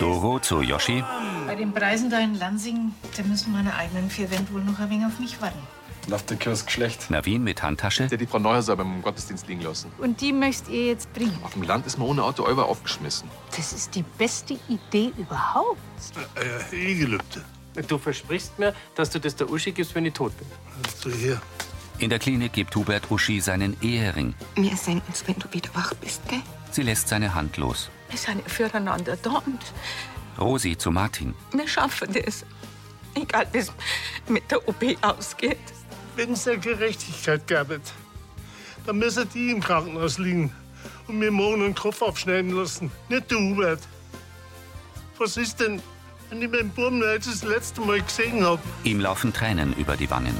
Doro zu Yoshi. Bei den Preisen da in Lansing, da müssen meine eigenen vier Wände wohl noch ein wenig auf mich warten. Nach der Kiosk schlecht. Navin mit Handtasche. Der die Frau Neuhauser beim Gottesdienst liegen lassen. Und die möchtet ihr jetzt bringen? Auf dem Land ist man ohne Auto über aufgeschmissen. Das ist die beste Idee überhaupt. Äh, eh gelübde. Du versprichst mir, dass du das der Uschi gibst, wenn ich tot bin. Also hier. In der Klinik gibt Hubert Uschi seinen Ehering. Wir senden es, wenn du wieder wach bist, gell? Sie lässt seine Hand los. Wir sind füreinander da und Rosi zu Martin. wir schaffen das. Egal, wie es mit der OP ausgeht. Wenn es eine Gerechtigkeit gäbe, dann müssen die im Krankenhaus liegen und mir morgen den Kopf abschneiden lassen. Nicht der Hubert. Was ist denn, wenn ich meinen Buben jetzt das letzte Mal gesehen habe? Ihm laufen Tränen über die Wangen.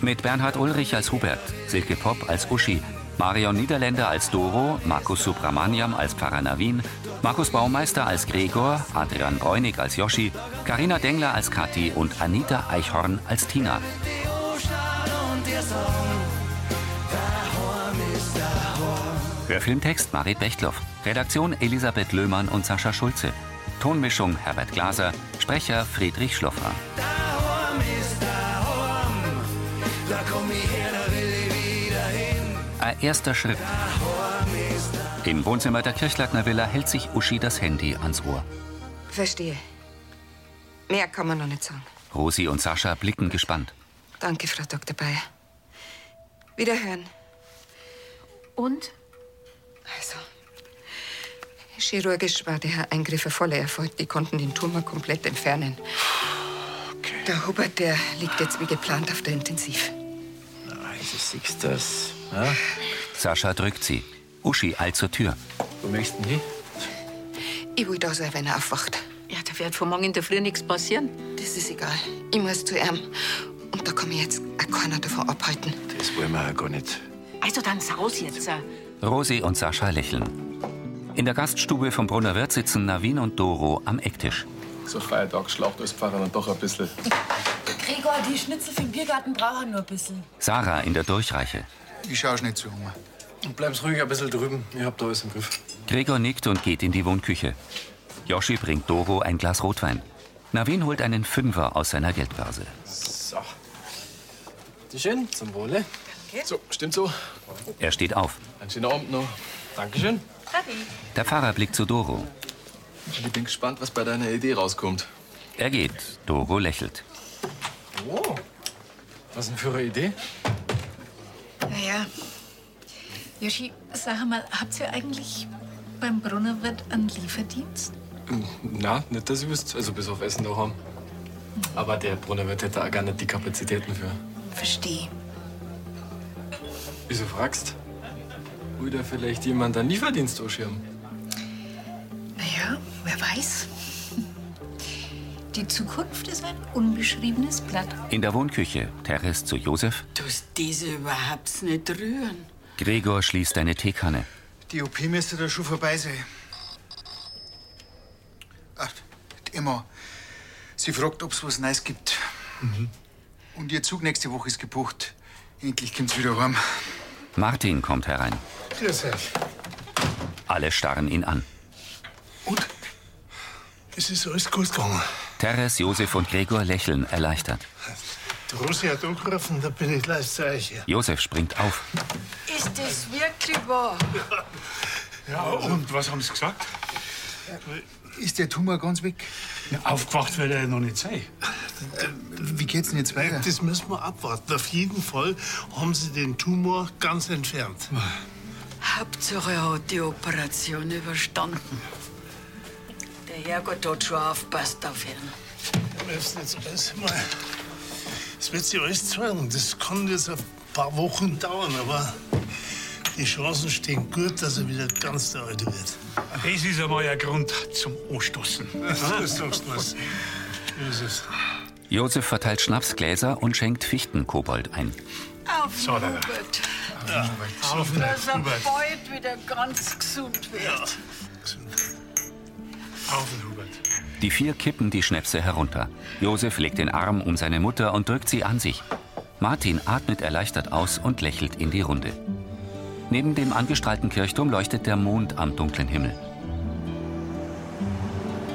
Mit Bernhard Ulrich als Hubert, Silke Popp als Uschi, Marion Niederländer als Doro, Markus Subramaniam als Pfarrer Navin, Markus Baumeister als Gregor, Adrian Bräunig als Joschi, Karina Dengler als Kathi und Anita Eichhorn als Tina. Hörfilmtext Marit Bechtloff. Redaktion Elisabeth Löhmann und Sascha Schulze. Tonmischung Herbert Glaser. Sprecher Friedrich Schloffer. Ein Äh, erster Schritt. Im Wohnzimmer der Kirchleitner Villa hält sich Uschi das Handy ans Ohr. Verstehe. Mehr kann man noch nicht sagen. Rosi und Sascha blicken gespannt. Danke, Frau Dr. Bayer. Wiederhören. Und? Also, chirurgisch war der Eingriff ein voller Erfolg. Die konnten den Tumor komplett entfernen. Der Hubert, der liegt jetzt wie geplant auf der Intensiv. Also siehst das. Ja? Sascha drückt sie. Uschi eilt zur Tür. Wo möchtest du hin? Ich will da sein, wenn er aufwacht. Ja, da wird von morgen in der Früh nichts passieren. Das ist egal. Ich muss zu ihm. Und da kann mich jetzt auch keiner davon abhalten. Das wollen wir ja gar nicht. Also dann saus jetzt. äh. Rosi und Sascha lächeln. In der Gaststube vom Brunner Wirt sitzen Navin und Doro am Ecktisch. So Feiertag schlaucht als Pfarrer dann doch ein bisschen. Gregor, die Schnitzel für den Biergarten brauchen nur ein bisschen. Sarah in der Durchreiche. Ich schau nicht zu um. Hunger. Und bleib's ruhig ein bisschen drüben. Ich hab da alles im Griff. Gregor nickt und geht in die Wohnküche. Yoshi bringt Doro ein Glas Rotwein. Navin holt einen Fünfer aus seiner Geldbörse. So. Dankeschön, zum Wohle. So, stimmt so. Er steht auf. Einen schönen Abend noch. Dankeschön. Der Fahrer blickt zu Doro. Ich bin gespannt, was bei deiner Idee rauskommt. Er geht. Doro lächelt. Oh, was denn für eine Idee? Naja, Joschi, sag mal, habt ihr eigentlich beim Brunnerwirt einen Lieferdienst? Hm, Na, nicht, dass ich wüsste. Also bis auf Essen daheim. Aber der Brunner wird hätte auch gar nicht die Kapazitäten für. Verstehe. Wieso fragst? Oder vielleicht jemand einen Lieferdienst durchschirmen? Naja, wer weiß. Die Zukunft ist ein unbeschriebenes Blatt. In der Wohnküche. Teres zu Josef. Tust diese überhaupt nicht rühren. Gregor schließt eine Teekanne. Die OP müsste da schon vorbei sein. Ach, die Emma. Sie fragt, ob's was Neues gibt. Mhm. Und ihr Zug nächste Woche ist gebucht. Endlich kommt's wieder heim. Martin kommt herein. Grüß euch. Alle starren ihn an. Und? Es ist alles gut gegangen. Teres, Josef und Gregor lächeln erleichtert. Die Rosi hat angerufen, da bin ich gleich zu euch. her. Josef springt auf. Ist das wirklich wahr? Ja, Und was haben Sie gesagt? Ist der Tumor ganz weg? Ja, aufgewacht wird er ja noch nicht sein. Wie geht's denn jetzt weiter? Das müssen wir abwarten. Auf jeden Fall haben sie den Tumor ganz entfernt. Hauptsache er hat die Operation überstanden. Der Herrgott hat schon aufpasst auf ihn. Wir müssen jetzt alles mal. Es wird sich alles zeigen. Das kann jetzt ein paar Wochen dauern, aber die Chancen stehen gut, dass er wieder ganz der Alte wird. Das ist einmal ein Grund zum Anstoßen. Das sagst du was. Jesus. Josef verteilt Schnapsgläser und schenkt Fichtenkobold ein. Auf so, Hubert, dass er bald wieder ganz gesund wird. Auf den Hubert. Die vier kippen die Schnäpse herunter. Josef legt den Arm um seine Mutter und drückt sie an sich. Martin atmet erleichtert aus und lächelt in die Runde. Neben dem angestrahlten Kirchturm leuchtet der Mond am dunklen Himmel.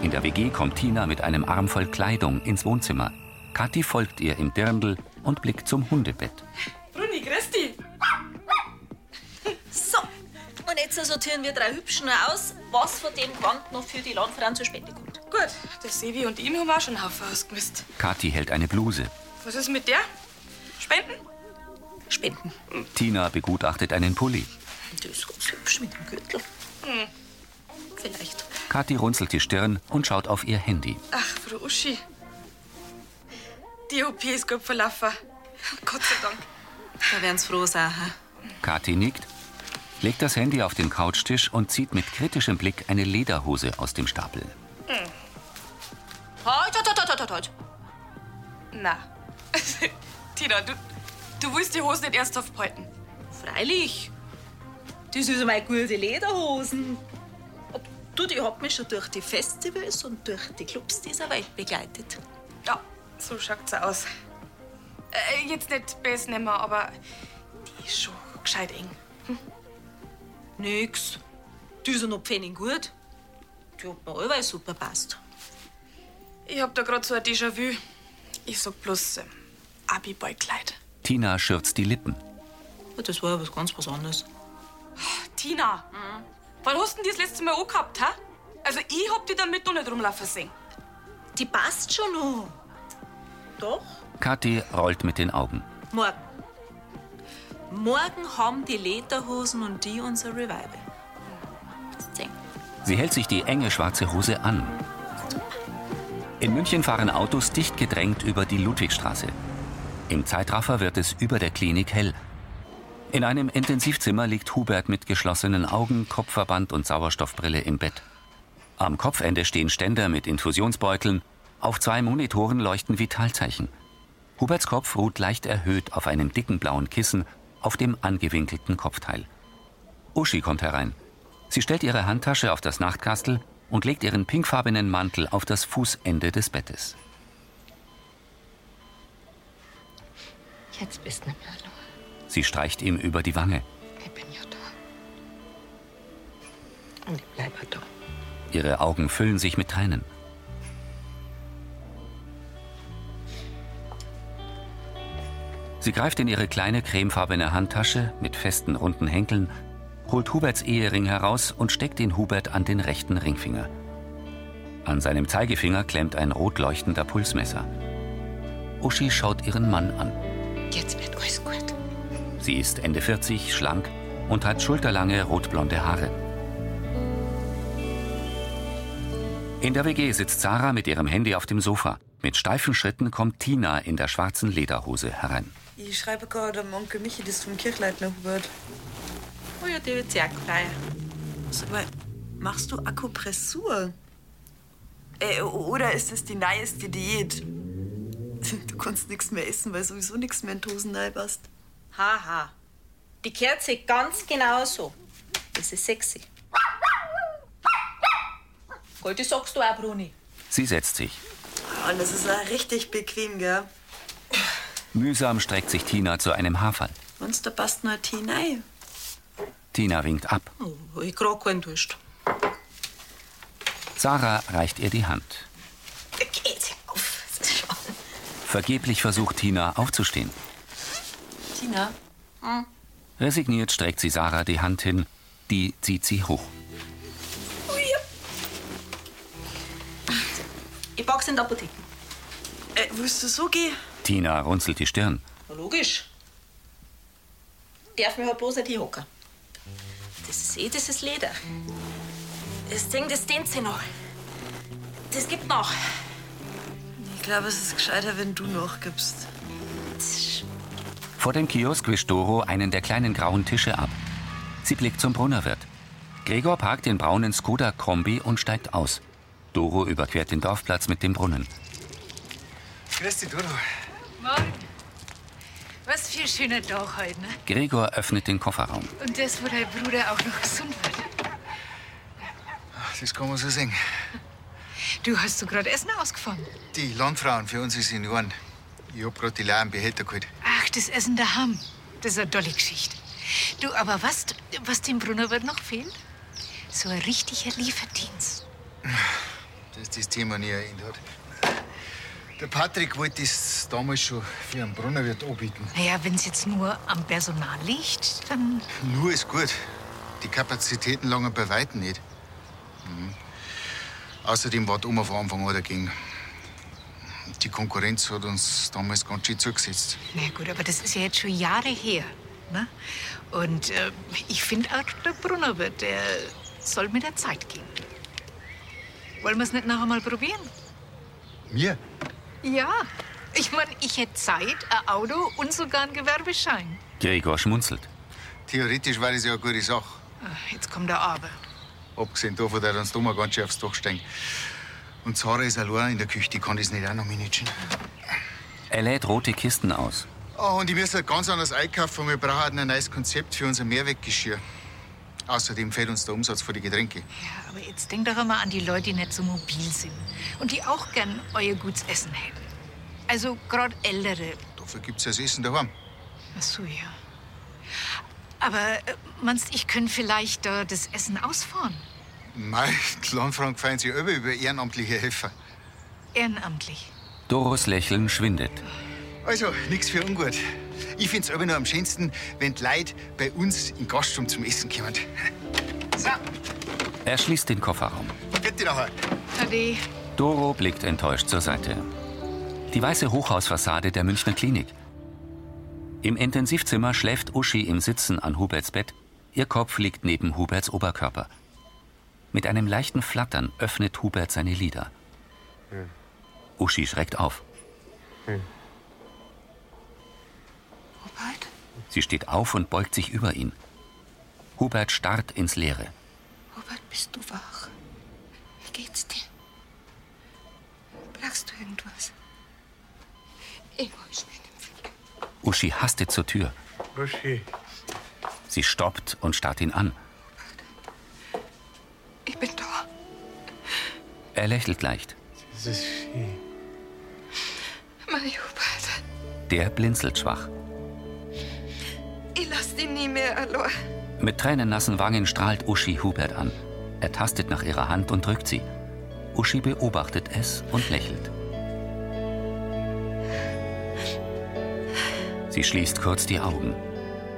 In der WG kommt Tina mit einem Arm voll Kleidung ins Wohnzimmer. Kathi folgt ihr im Dirndl und blickt zum Hundebett. Bruni, grüß dich. So, und jetzt sortieren wir drei Hübschen noch aus, was von dem Gewand noch für die Landfrauen zur Spende kommt. Gut, der Sevi und ich haben auch schon einen Haufen ausgemisst. Kathi hält eine Bluse. Was ist mit der? Spenden? Spenden. Tina begutachtet einen Pulli. Der ist ganz hübsch mit dem Gürtel. Hm. Vielleicht. Kathi runzelt die Stirn und schaut auf ihr Handy. Ach, Frau Uschi. Die OP ist gut verlaufen. Gott sei Dank. Da werden's froh sein. he? Kathi nickt, legt das Handy auf den Couchtisch und zieht mit kritischem Blick eine Lederhose aus dem Stapel. Hm. Halt, halt, halt, halt, halt, halt. Na. Tina, du, du willst die Hose nicht ernsthaft behalten. Freilich. Das sind meine gute Lederhosen. Ob- Du, die hat mich schon durch die Festivals und durch die Clubs dieser Welt begleitet. Ja, so schaut's aus. Äh, jetzt nicht besser nehmen, aber die ist schon gescheit eng. Hm. Nix. Die sind noch Pfennig gut. Die hat mir allweil super passt. Ich hab da grad so ein Déjà-vu. Ich sag bloß äh, Abi-Boy-Kleid. Tina schürzt die Lippen. Das war ja was ganz was anderes. Tina, wann hast du denn das letzte Mal angehabt, ha? Also ich hab die damit noch nicht rumlaufen sehen. Die passt schon noch. Doch? Kathi rollt mit den Augen. Morgen. Morgen haben die Lederhosen und die unser Revival. Sie hält sich die enge schwarze Hose an. In München fahren Autos dicht gedrängt über die Ludwigstraße. Im Zeitraffer wird es über der Klinik hell. In einem Intensivzimmer liegt Hubert mit geschlossenen Augen, Kopfverband und Sauerstoffbrille im Bett. Am Kopfende stehen Ständer mit Infusionsbeuteln. Auf zwei Monitoren leuchten Vitalzeichen. Huberts Kopf ruht leicht erhöht auf einem dicken blauen Kissen auf dem angewinkelten Kopfteil. Uschi kommt herein. Sie stellt ihre Handtasche auf das Nachtkastel und legt ihren pinkfarbenen Mantel auf das Fußende des Bettes. Jetzt bist du nicht mehr allein. Sie streicht ihm über die Wange. Und ich bleibe halt da. Ihre Augen füllen sich mit Tränen. Sie greift in ihre kleine cremefarbene Handtasche mit festen runden Henkeln, holt Huberts Ehering heraus und steckt ihn Hubert an den rechten Ringfinger. An seinem Zeigefinger klemmt ein rot leuchtender Pulsmesser. Uschi schaut ihren Mann an. Jetzt wird alles gut. Sie ist Ende 40, schlank und hat schulterlange rotblonde Haare. In der WG sitzt Sarah mit ihrem Handy auf dem Sofa. Mit steifen Schritten kommt Tina in der schwarzen Lederhose herein. Ich schreibe gerade am Onkel Michi das vom Kirchleitner Hubert. Oh ja, die wird's ja gefallen. Sag mal, machst du Akupressur? Äh, oder ist es die neueste Diät? Du kannst nichts mehr essen, weil sowieso nichts mehr in die Hosen reinpasst. Haha. Ha. Die Kerze ganz genau so. Das ist sexy. Gold, das sagst du auch, Bruni. Sie setzt sich. Und Ah, das ist auch richtig bequem, gell? Mühsam streckt sich Tina zu einem Haarfall. Uns da passt nur ein Tee rein. Tina winkt ab. Oh, ich grad keinen Durst. Sarah reicht ihr die Hand. Geht's auf. Vergeblich versucht Tina aufzustehen. Tina? Hm? Resigniert streckt sie Sarah die Hand hin. Die zieht sie hoch. Ich pack's in der Apotheke. Äh, willst du so gehen? Tina runzelt die Stirn. Na, logisch. Darf mir halt bloß nicht hinhocken. Das ist eh dieses Leder. Das Ding, das dehnt sich noch. Das gibt noch. Ich glaube, es ist gescheiter, wenn du noch gibst. Vor dem Kiosk wischt Doro einen der kleinen grauen Tische ab. Sie blickt zum Brunnerwirt. Gregor parkt den braunen Skoda-Kombi und steigt aus. Doro überquert den Dorfplatz mit dem Brunnen. Grüß dich, Doro. Morgen. Was für ein schöner Tag heute, ne? Gregor öffnet den Kofferraum. Und das, wo dein Bruder auch noch gesund wird. Ah, Das kann man so sehen. Du hast so gerade Essen ausgefangen. Die Landfrauen für unsere Senioren. Ich hab grad die leeren Behälter geholt. Ach, das Essen daheim. Das ist eine tolle Geschichte. Du, aber was, was dem Bruno wird noch fehlen? So ein richtiger Lieferdienst. dass das Thema nie ein Ende hat. Der Patrick wollte das damals schon für einen Brunnerwirt anbieten. Naja, wenn es jetzt nur am Personal liegt, dann. Nur ist gut. Die Kapazitäten langen bei Weitem nicht. Mhm. Außerdem war die Oma von Anfang an dagegen. Die Konkurrenz hat uns damals ganz schön zugesetzt. Na naja, gut, aber das ist ja jetzt schon Jahre her. Ne? Und äh, ich finde auch, der Brunner wird, der soll mit der Zeit gehen. Wollen wir es nicht nachher mal probieren? Mir? Ja. Ich meine, ich hätte Zeit, ein Auto und sogar einen Gewerbeschein. Gregor schmunzelt. Theoretisch wäre es ja eine gute Sache. Ach, Jetzt kommt der Aber. Abgesehen davon, dass uns da mal ganz schön aufs Dach steigen. Und Sarah ist allein in der Küche, die kann das nicht auch noch managen. Er lädt rote Kisten aus. Ah, und ich muss halt ganz anders einkaufen. Wir brauchen ein neues Konzept für unser Mehrweggeschirr. Außerdem fehlt uns der Umsatz für die Getränke. Ja, aber jetzt denk doch einmal an die Leute, die nicht so mobil sind und die auch gern euer gutes Essen hätten. Also gerade Ältere. Dafür gibt's ja das Essen daheim. Ach so, ja. Aber äh, meinst ich könnte vielleicht da das Essen ausfahren? Mei, die Landfrank feiern sich über über ehrenamtliche Helfer. Ehrenamtlich. Doros Lächeln schwindet. Also, nichts für ungut. Ich find's aber nur am schönsten, wenn die Leute bei uns im Gastraum zum Essen kommen. So, Er schließt den Kofferraum. bitte nachher. Ade. Doro blickt enttäuscht zur Seite. Die weiße Hochhausfassade der Münchner Klinik. Im Intensivzimmer schläft Uschi im Sitzen an Huberts Bett. Ihr Kopf liegt neben Huberts Oberkörper. Mit einem leichten Flattern öffnet Hubert seine Lider. Hm. Uschi schreckt auf. Hubert? Sie steht auf und beugt sich über ihn. Hubert starrt ins Leere. Hubert, Oh, bist du wach? Wie geht's dir? Brauchst du irgendwas? Ego, schnell. Uschi hastet zur Tür. Uschi. Sie stoppt und starrt ihn an. Ich bin da. Er lächelt leicht. Das ist schön. Mein Hubert, Der blinzelt schwach. ich lass dich nie mehr allein. Mit tränennassen Wangen strahlt Uschi Hubert an. Er tastet nach ihrer Hand und drückt sie. Uschi beobachtet es und lächelt. Sie schließt kurz die Augen.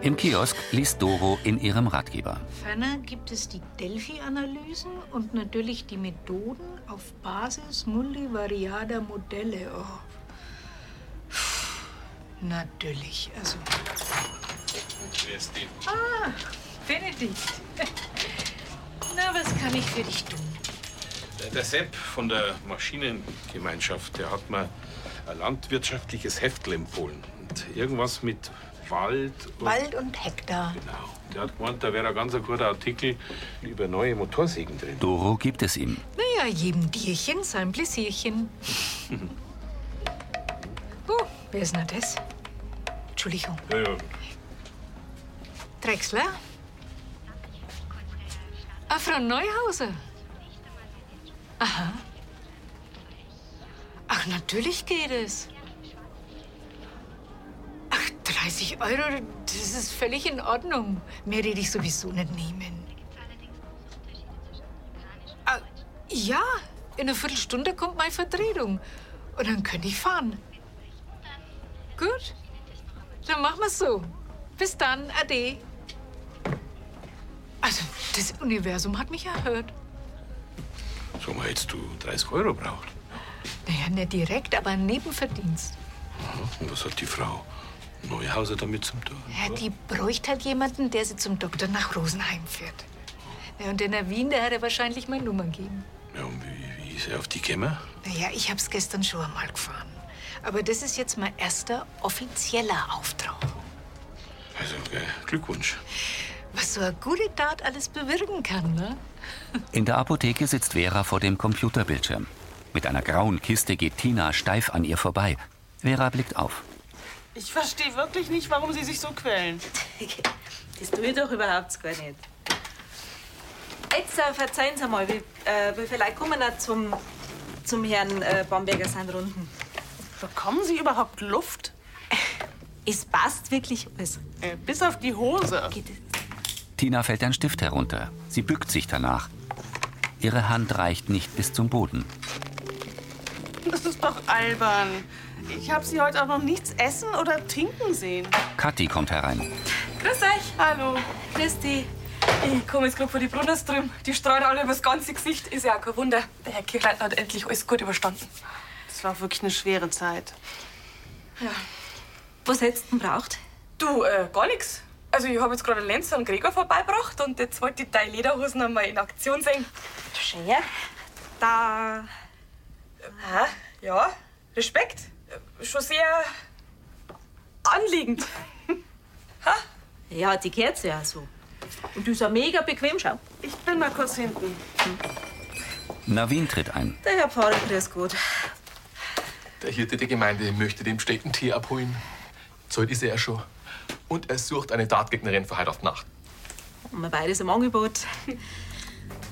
Im Kiosk liest Doro in ihrem Ratgeber. Ferner gibt es die Delphi-Analysen und natürlich die Methoden auf Basis multivariader Modelle. Oh. Natürlich, also. Ah, Benedikt. Na, was kann ich für dich tun? Der Sepp von der Maschinengemeinschaft, der hat mir ein landwirtschaftliches Heftel empfohlen. Und irgendwas mit Wald. Und Wald und Hektar. Der hat gemeint, da wäre ein ganz guter Artikel über neue Motorsägen drin. Doro gibt es ihm. Naja, jedem Tierchen sein Pläsierchen. Oh, wer ist denn das? Entschuldigung. Ja, ja. Drechsler? Ah, Frau Neuhauser. Aha. Ach, natürlich geht es. Ach, 30 Euro, das ist völlig in Ordnung. Mehr rede ich sowieso nicht nehmen. Ah, ja, in einer Viertelstunde kommt meine Vertretung. Und dann könnte ich fahren. Gut, dann machen wir's so. Bis dann, ade. Also, das Universum hat mich erhört. Sag mal, hättest du 30 Euro braucht. Naja, nicht direkt, aber ein Nebenverdienst. Und was hat die Frau Neuhauser damit zum tun? Ja, die bräuchte halt jemanden, der sie zum Doktor nach Rosenheim führt. Ja, und in der Wien, der hat er wahrscheinlich meine Nummer gegeben. Wie ist er auf die gekommen? Naja, ich hab's gestern schon einmal gefahren. Aber das ist jetzt mein erster offizieller Auftrag. Also, gell, Glückwunsch. Was so eine gute Tat alles bewirken kann, ne? In der Apotheke sitzt Vera vor dem Computerbildschirm. Mit einer grauen Kiste geht Tina steif an ihr vorbei. Vera blickt auf. Ich verstehe wirklich nicht, warum Sie sich so quälen. Das tue ich doch überhaupt gar nicht. Jetzt äh, verzeihen Sie mal, wie, äh, wie viele Leute kommen da zum, zum Herrn äh, Bamberger seinen Runden? Bekommen Sie überhaupt Luft? Äh, Es passt wirklich alles. Bis auf die Hose. Geht Tina fällt ein Stift herunter. Sie bückt sich danach. Ihre Hand reicht nicht bis zum Boden. Das ist doch albern. Ich habe sie heute auch noch nichts essen oder trinken sehen. Kathi kommt herein. Grüß euch. Hallo. Grüß dich. Ich komme jetzt gerade vor die Brunners drüben. Die streuen alle übers ganze Gesicht. Ist ja auch kein Wunder. Der Herr Kirchleitner hat endlich alles gut überstanden. Das war wirklich eine schwere Zeit. Ja. Was hättest du denn braucht? Du, äh, gar nichts. Also, ich habe jetzt gerade einen Lenz und einen Gregor vorbeigebracht und jetzt wollte ich deine Lederhosen einmal in Aktion sehen. Schön, ja? Da. Aha, ja, Respekt. Äh, Schon sehr. anliegend. Ja, die gehört ja auch so. Und die ist auch mega bequem, schau. Ich bin mal kurz hinten. Navin tritt ein. Der Herr Pfarrer, grüß Gott. Der Hirte der Gemeinde möchte dem Stecken Tee abholen. Zeit ist er ja schon. Und er sucht eine Tatgegnerin für heute auf die Nacht. Haben wir beides im Angebot.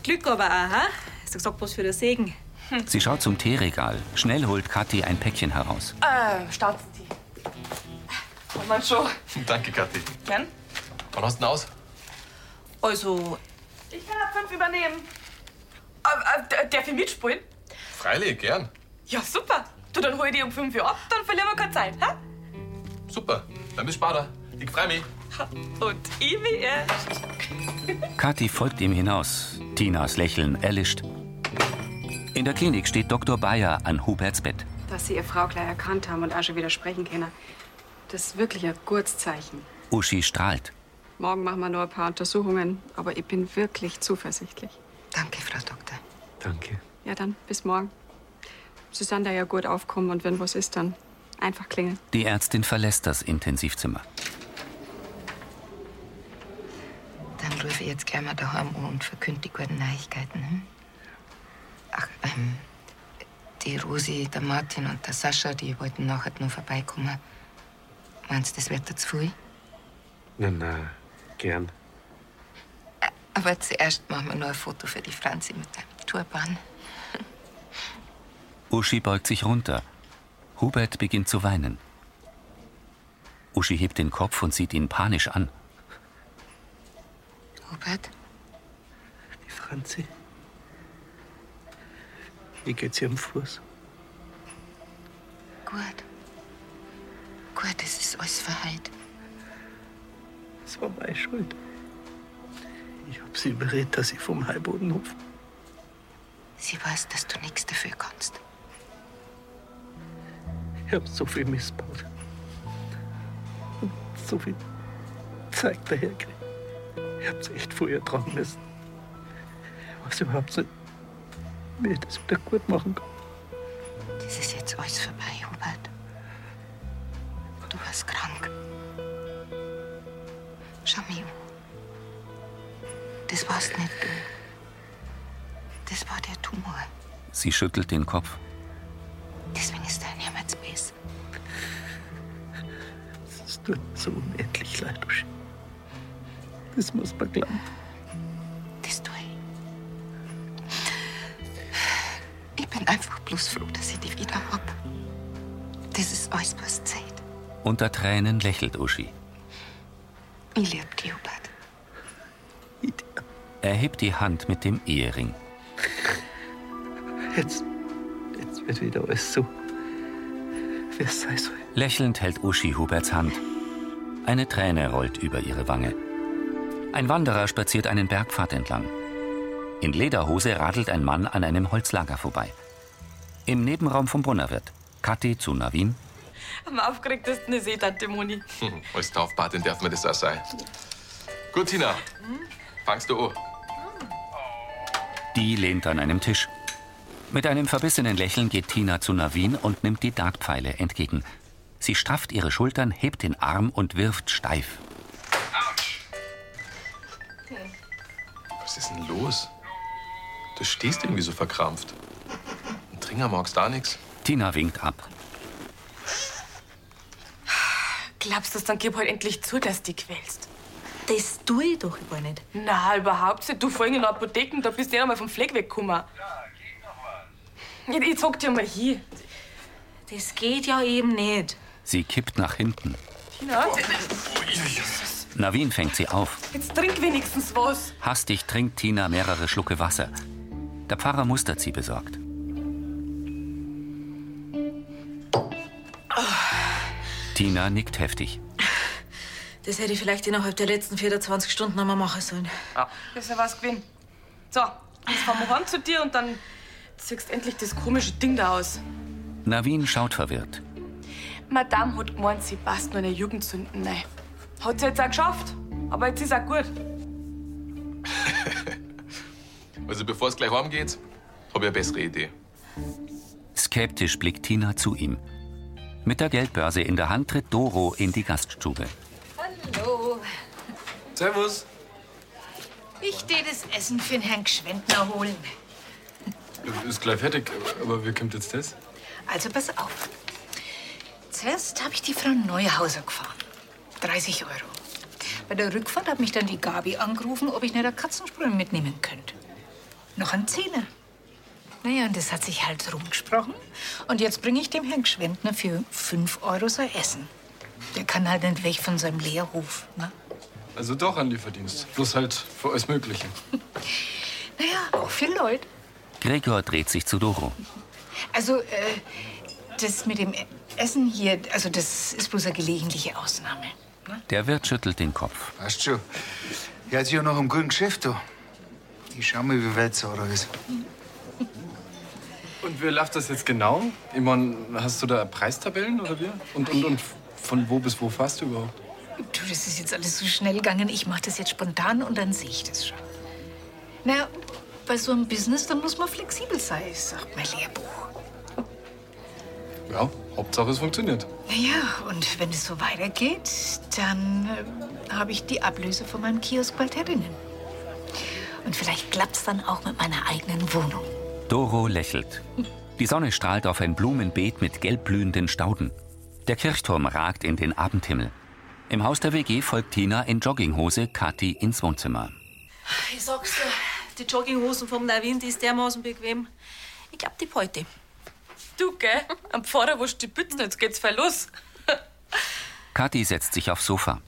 Glück aber auch, ha? Hast du gesagt, was für der Segen? Sie schaut zum Teeregal. Schnell holt Kathi ein Päckchen heraus. Äh, starten die. Kann man schon. Danke, Kathi. Gern? Wann hast du denn aus? Also. Ich kann ab fünf übernehmen. Äh, äh, darf ich mitspielen? Freilich, gern. Ja, super. Du, dann hol ich die um fünf Uhr ab, dann verlieren wir keine Zeit, hä? Super. Dann bis später. Ich freue mich. Und ich wie erst. Kathi folgt ihm hinaus. Tinas Lächeln erlischt. In der Klinik steht Dr. Bayer an Huberts Bett. Dass sie ihre Frau gleich erkannt haben und auch schon wieder sprechen können, das ist wirklich ein gutes Zeichen. Uschi strahlt. Morgen machen wir noch ein paar Untersuchungen, aber ich bin wirklich zuversichtlich. Danke, Frau Doktor. Danke. Ja, dann bis morgen. Sie sind da ja gut aufkommen und wenn was ist, dann einfach klingeln. Die Ärztin verlässt das Intensivzimmer. Dann rufe ich jetzt gleich mal daheim an und verkünde die guten Neuigkeiten. Hm? Ach, ähm, die Rosi, der Martin und der Sascha, die wollten nachher nur vorbeikommen. Meinst du, das wird dir zu viel? Na, na, gern. Aber zuerst machen wir noch ein Foto für die Franzi mit dem Turban. Uschi beugt sich runter. Hubert beginnt zu weinen. Uschi hebt den Kopf und sieht ihn panisch an. Hubert? Die Franzi. Wie geht's ihr am Fuß? Gut. Gut, das ist alles verheilt. Das war meine Schuld. Ich hab sie überredet, dass ich vom Heilboden hupf. Sie weiß, dass du nichts dafür kannst. Ich hab so viel missbaut. Und so viel Zeug dahergekriegt. Ich hab's echt vorher tragen müssen. Ich weiß überhaupt nicht, wie ich das wieder gut machen kann. Das ist jetzt alles vorbei, Hubert. Du warst krank. Schau mich an. Das warst nicht du. Das war der Tumor. Sie schüttelt den Kopf. Deswegen ist dein Herz besser. Es tut so unendlich leid, Uschi. Das muss man glauben. Das tue ich. Ich bin einfach bloß froh, dass ich dich wieder hab. Das ist alles, was zählt. Unter Tränen lächelt Uschi. Ich liebe dich, Hubert. Er hebt die Hand mit dem Ehering. Jetzt, jetzt wird wieder alles so, wie es sei soll. Lächelnd hält Uschi Huberts Hand. Eine Träne rollt über ihre Wange. Ein Wanderer spaziert einen Bergpfad entlang. In Lederhose radelt ein Mann an einem Holzlager vorbei. Im Nebenraum vom Brunnerwirt. Kathi zu Navin. Am aufgeregtesten ist eh Tante Moni. Hm, als Taufpatin darf man das auch sein. Gut, Tina. Fangst du an. Die lehnt an einem Tisch. Mit einem verbissenen Lächeln geht Tina zu Navin und nimmt die Dartpfeile entgegen. Sie strafft ihre Schultern, hebt den Arm und wirft steif. Was ist denn los? Du stehst irgendwie so verkrampft. Ein Tringer magst da nichts. Tina winkt ab. Glaubst du, dann gib halt endlich zu, dass du dich quälst? Das tue ich doch gar nicht. Na, überhaupt nicht. Du vorhin in der Apotheke, da bist du ja noch mal vom Fleck weggekommen. Ja, ich zeig dir mal hier. Das geht ja eben nicht. Sie kippt nach hinten. Tina, Navin fängt sie auf. Jetzt trink wenigstens was. Hastig trinkt Tina mehrere Schlucke Wasser. Der Pfarrer mustert sie besorgt. Tina nickt heftig. Das hätte ich vielleicht innerhalb der letzten 24 Stunden einmal machen sollen. Das war was gewesen. So, jetzt fahren wir heim zu dir und dann ziehst endlich das komische Ding da aus. Navin schaut verwirrt. Madame hat gemeint, sie passt nur in der Jugendsünden rein. Hat sie jetzt auch geschafft. Aber jetzt ist auch gut. Also bevor es gleich heimgeht, habe ich eine bessere Idee. Skeptisch blickt Tina zu ihm. Mit der Geldbörse in der Hand tritt Doro in die Gaststube. Hallo. Servus. Ich tät das Essen für den Herrn Gschwendner holen. Ist gleich fertig, aber wie kommt jetzt das? Also pass auf. Zuerst habe ich die Frau Neuhauser gefahren. 30 Euro. Bei der Rückfahrt hat mich dann die Gabi angerufen, ob ich nicht eine Katzensprung mitnehmen könnte. Noch ein Zehner. Naja, und das hat sich halt rumgesprochen. Und jetzt bringe ich dem Herrn Gschwendner für 5 Euro sein Essen. Der kann halt nicht weg von seinem Lehrhof. Ne? Also doch ein Lieferdienst, bloß halt für alles Mögliche. Naja, auch für Leute. Gregor dreht sich zu Doro. Also, äh, das mit dem Essen hier, also das ist bloß eine gelegentliche Ausnahme. Der Wirt schüttelt den Kopf. Weißt schon, hört sich ja noch einem guten Geschäft an. Ich schau mal, wie weit Sarah ist. Und wie läuft das jetzt genau? Ich mein, hast du da Preistabellen oder wie? Und, und, und von wo bis wo fährst du überhaupt? Du, das ist jetzt alles so schnell gegangen. Ich mache das jetzt spontan und dann sehe ich das schon. Na, bei so einem Business, da muss man flexibel sein, sagt mein Lehrbuch. Ja, Hauptsache es funktioniert. Naja, und wenn es so weitergeht, dann äh, habe ich die Ablöse von meinem Kiosk bald herinnen. Und vielleicht klappt's dann auch mit meiner eigenen Wohnung. Doro lächelt. Die Sonne strahlt auf ein Blumenbeet mit gelbblühenden Stauden. Der Kirchturm ragt in den Abendhimmel. Im Haus der WG folgt Tina in Jogginghose Kathi ins Wohnzimmer. Ich sag's dir, die Jogginghosen vom Navin, die ist dermaßen bequem. Ich glaub, die Beute. Du, gell? Am Pfarrer wurscht die Pützen, jetzt geht's voll los. Kathi setzt sich aufs Sofa.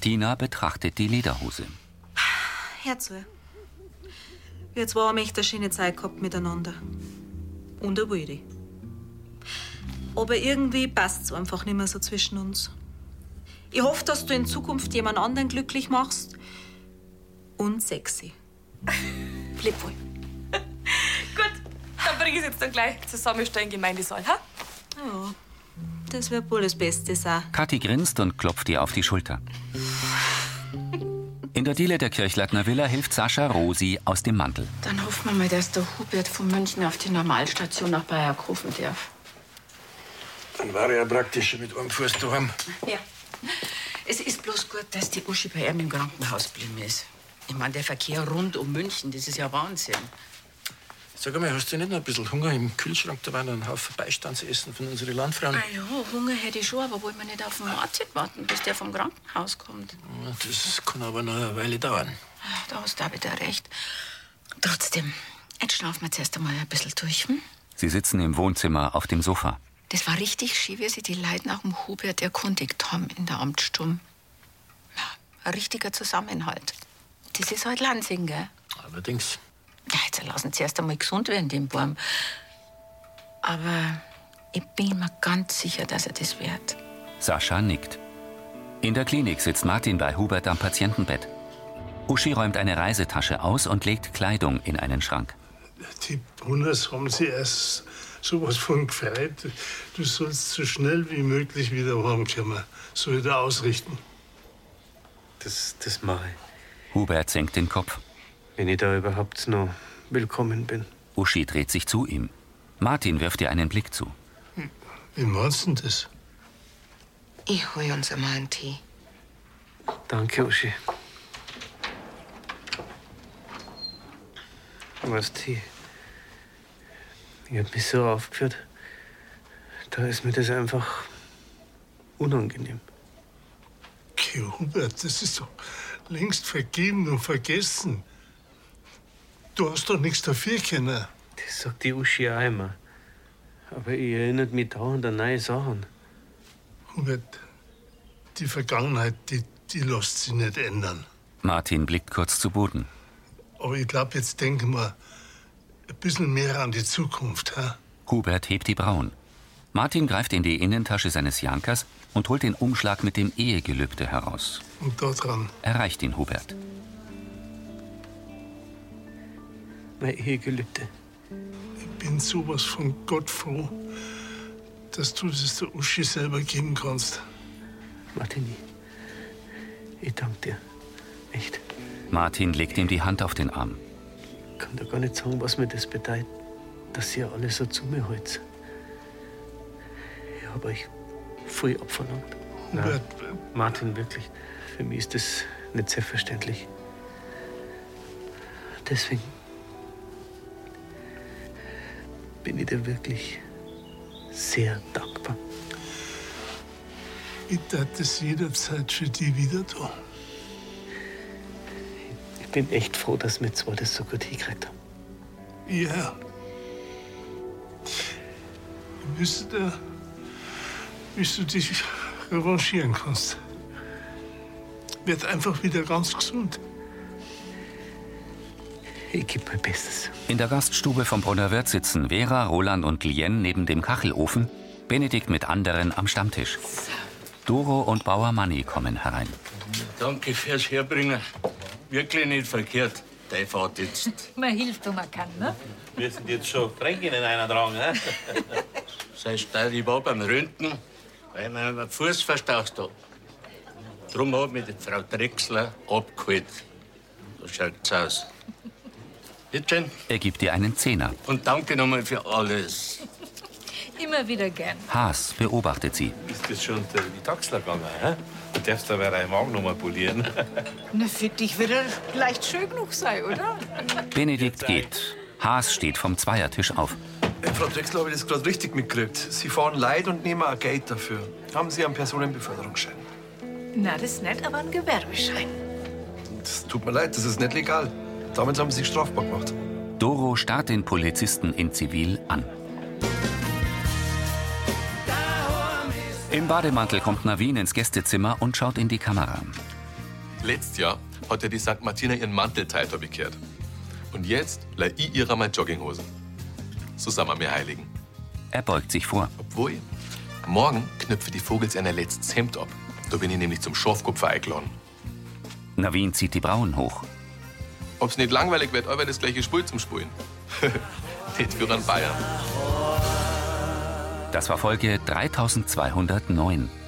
Tina betrachtet die Lederhose. Herzl. Wir zwei haben echt eine schöne Zeit gehabt miteinander. Und eine wilde. Aber irgendwie passt's einfach nicht mehr so zwischen uns. Ich hoffe, dass du in Zukunft jemand anderen glücklich machst. Und sexy. Bleib wohl. gut, dann bring ich's jetzt dann gleich zusammenstellen, Gemeindesaal, ha? Ja, das wird wohl das Beste sein. Kathi grinst und klopft ihr auf die Schulter. In der Diele der Kirchleitner Villa hilft Sascha Rosi aus dem Mantel. Dann hoffen wir mal, dass der Hubert von München auf die Normalstation nach Bayern rufen darf. Dann war ich ja praktisch schon mit einem Fuß daheim. Ja. Es ist bloß gut, dass die Uschi bei ihm im Krankenhaus geblieben ist. Ich meine, der Verkehr rund um München, das ist ja Wahnsinn. Sag mal, hast du nicht noch ein bisschen Hunger im Kühlschrank? Da waren noch ein Haufen Beistandsessen von unseren Landfrauen. Ah ja, Hunger hätte ich schon, aber wollen wir nicht auf den Martin warten, bis der vom Krankenhaus kommt. Ja, Das kann aber noch eine Weile dauern. Da hast du auch wieder recht. Trotzdem, jetzt schlafen wir zuerst einmal ein bisschen durch. Hm? Sie sitzen im Wohnzimmer auf dem Sofa. Das war richtig schön, wie sie die Leute nach dem Hubert erkundigt haben in der Amtsstumm. Ja, ein richtiger Zusammenhalt. Das ist halt Lansing, gell? Allerdings. Ja, jetzt lassen sie erst einmal gesund werden, den Baum. Aber ich bin mir ganz sicher, dass er das wird. Sascha nickt. In der Klinik sitzt Martin bei Hubert am Patientenbett. Uschi räumt eine Reisetasche aus und legt Kleidung in einen Schrank. Die Brunners haben sie erst sowas von gefreut. Du sollst so schnell wie möglich wieder heimkommen. So wieder ausrichten. Das, das mache ich. Hubert senkt den Kopf. Wenn ich da überhaupt noch willkommen bin. Uschi dreht sich zu ihm. Martin wirft ihr einen Blick zu. Wie meinst du denn das? Ich hol uns einmal einen Tee. Danke, Uschi. Weißt du, ich, ich hab mich so aufgeführt, da ist mir das einfach unangenehm. Okay, Hubert, das ist doch längst vergeben und vergessen. Du hast doch nichts dafür können. Das sagt die Uschi auch immer. Aber ich erinnert mich dauernd an neue Sachen. Hubert, die Vergangenheit, die, die lässt sich nicht ändern. Martin blickt kurz zu Boden. Aber ich glaube, jetzt denken wir ein bisschen mehr an die Zukunft. Ha? Hubert hebt die Brauen. Martin greift in die Innentasche seines Jankers und holt den Umschlag mit dem Ehegelübde heraus. Und da dran. Erreicht ihn Hubert. Mein Ehegelübde. bin sowas von Gott froh, dass du das der Uschi selber geben kannst. Martini, ich danke dir. Echt. Martin legt ihm die Hand auf den Arm. Ich kann dir gar nicht sagen, was mir das bedeutet, dass ihr alle so zu mir halt holt. Ich habe euch voll abverlangt. Hubert. Martin, wirklich. Für mich ist das nicht selbstverständlich. Deswegen bin ich dir wirklich sehr dankbar. Ich tat das jederzeit für die wieder tun. Ich bin echt froh, dass wir zwei das so gut hingekriegt haben. Ja. Wisst ihr, wie du dich revanchieren kannst? Werd einfach wieder ganz gesund. Ich gebe mein Bestes. In der Gaststube vom Brunnerwirt sitzen Vera, Roland und Lien neben dem Kachelofen, Benedikt mit anderen am Stammtisch. Doro und Bauer Manni kommen herein. Danke fürs Herbringen. Wirklich nicht verkehrt, dein Vater jetzt. Man hilft, wo man kann, ne? Wir sind jetzt schon Fränkin in einer Drang, ne? Sei steil, ich war beim Röntgen, weil mir den Fuß verstaucht hat. Drum hab ich die Frau Drechsler abgeholt. So schaut's aus. Bitte. Er gibt ihr einen Zehner. Und danke nochmal für alles. Immer wieder gern. Haas beobachtet sie. Ist das schon unter die Taxler gegangen, hä? Du darfst aber deinen Magen noch mal polieren. Na, für dich wird er leicht schön genug sein, oder? Benedikt geht. Haas steht vom Zweiertisch auf. Äh, Frau Drechsler, habe ich das gerade richtig mitgekriegt. Sie fahren Leid und nehmen auch Geld dafür. Haben Sie einen Personenbeförderungsschein? Na, das ist nett, aber ein Gewerbeschein. Das tut mir leid, das ist nicht legal. Damit haben Sie sich strafbar gemacht. Doro starrt den Polizisten in Zivil an. Im Bademantel kommt Navin ins Gästezimmer und schaut in die Kamera. Letztes Jahr hat ja die St. Martina ihren Mantelteil bekehrt. Und jetzt leih ich ihrer meine Jogginghosen. So sind wir mir Heiligen. Er beugt sich vor. Obwohl, morgen knöpfe die Vogels ein letztes Hemd ab. Da bin ich nämlich zum Schorfkupfer eingeladen. Navin zieht die Brauen hoch. Ob's nicht langweilig wird, euer das gleiche Spul zum Spulen. nicht für einen Bayern. Das war Folge 3209.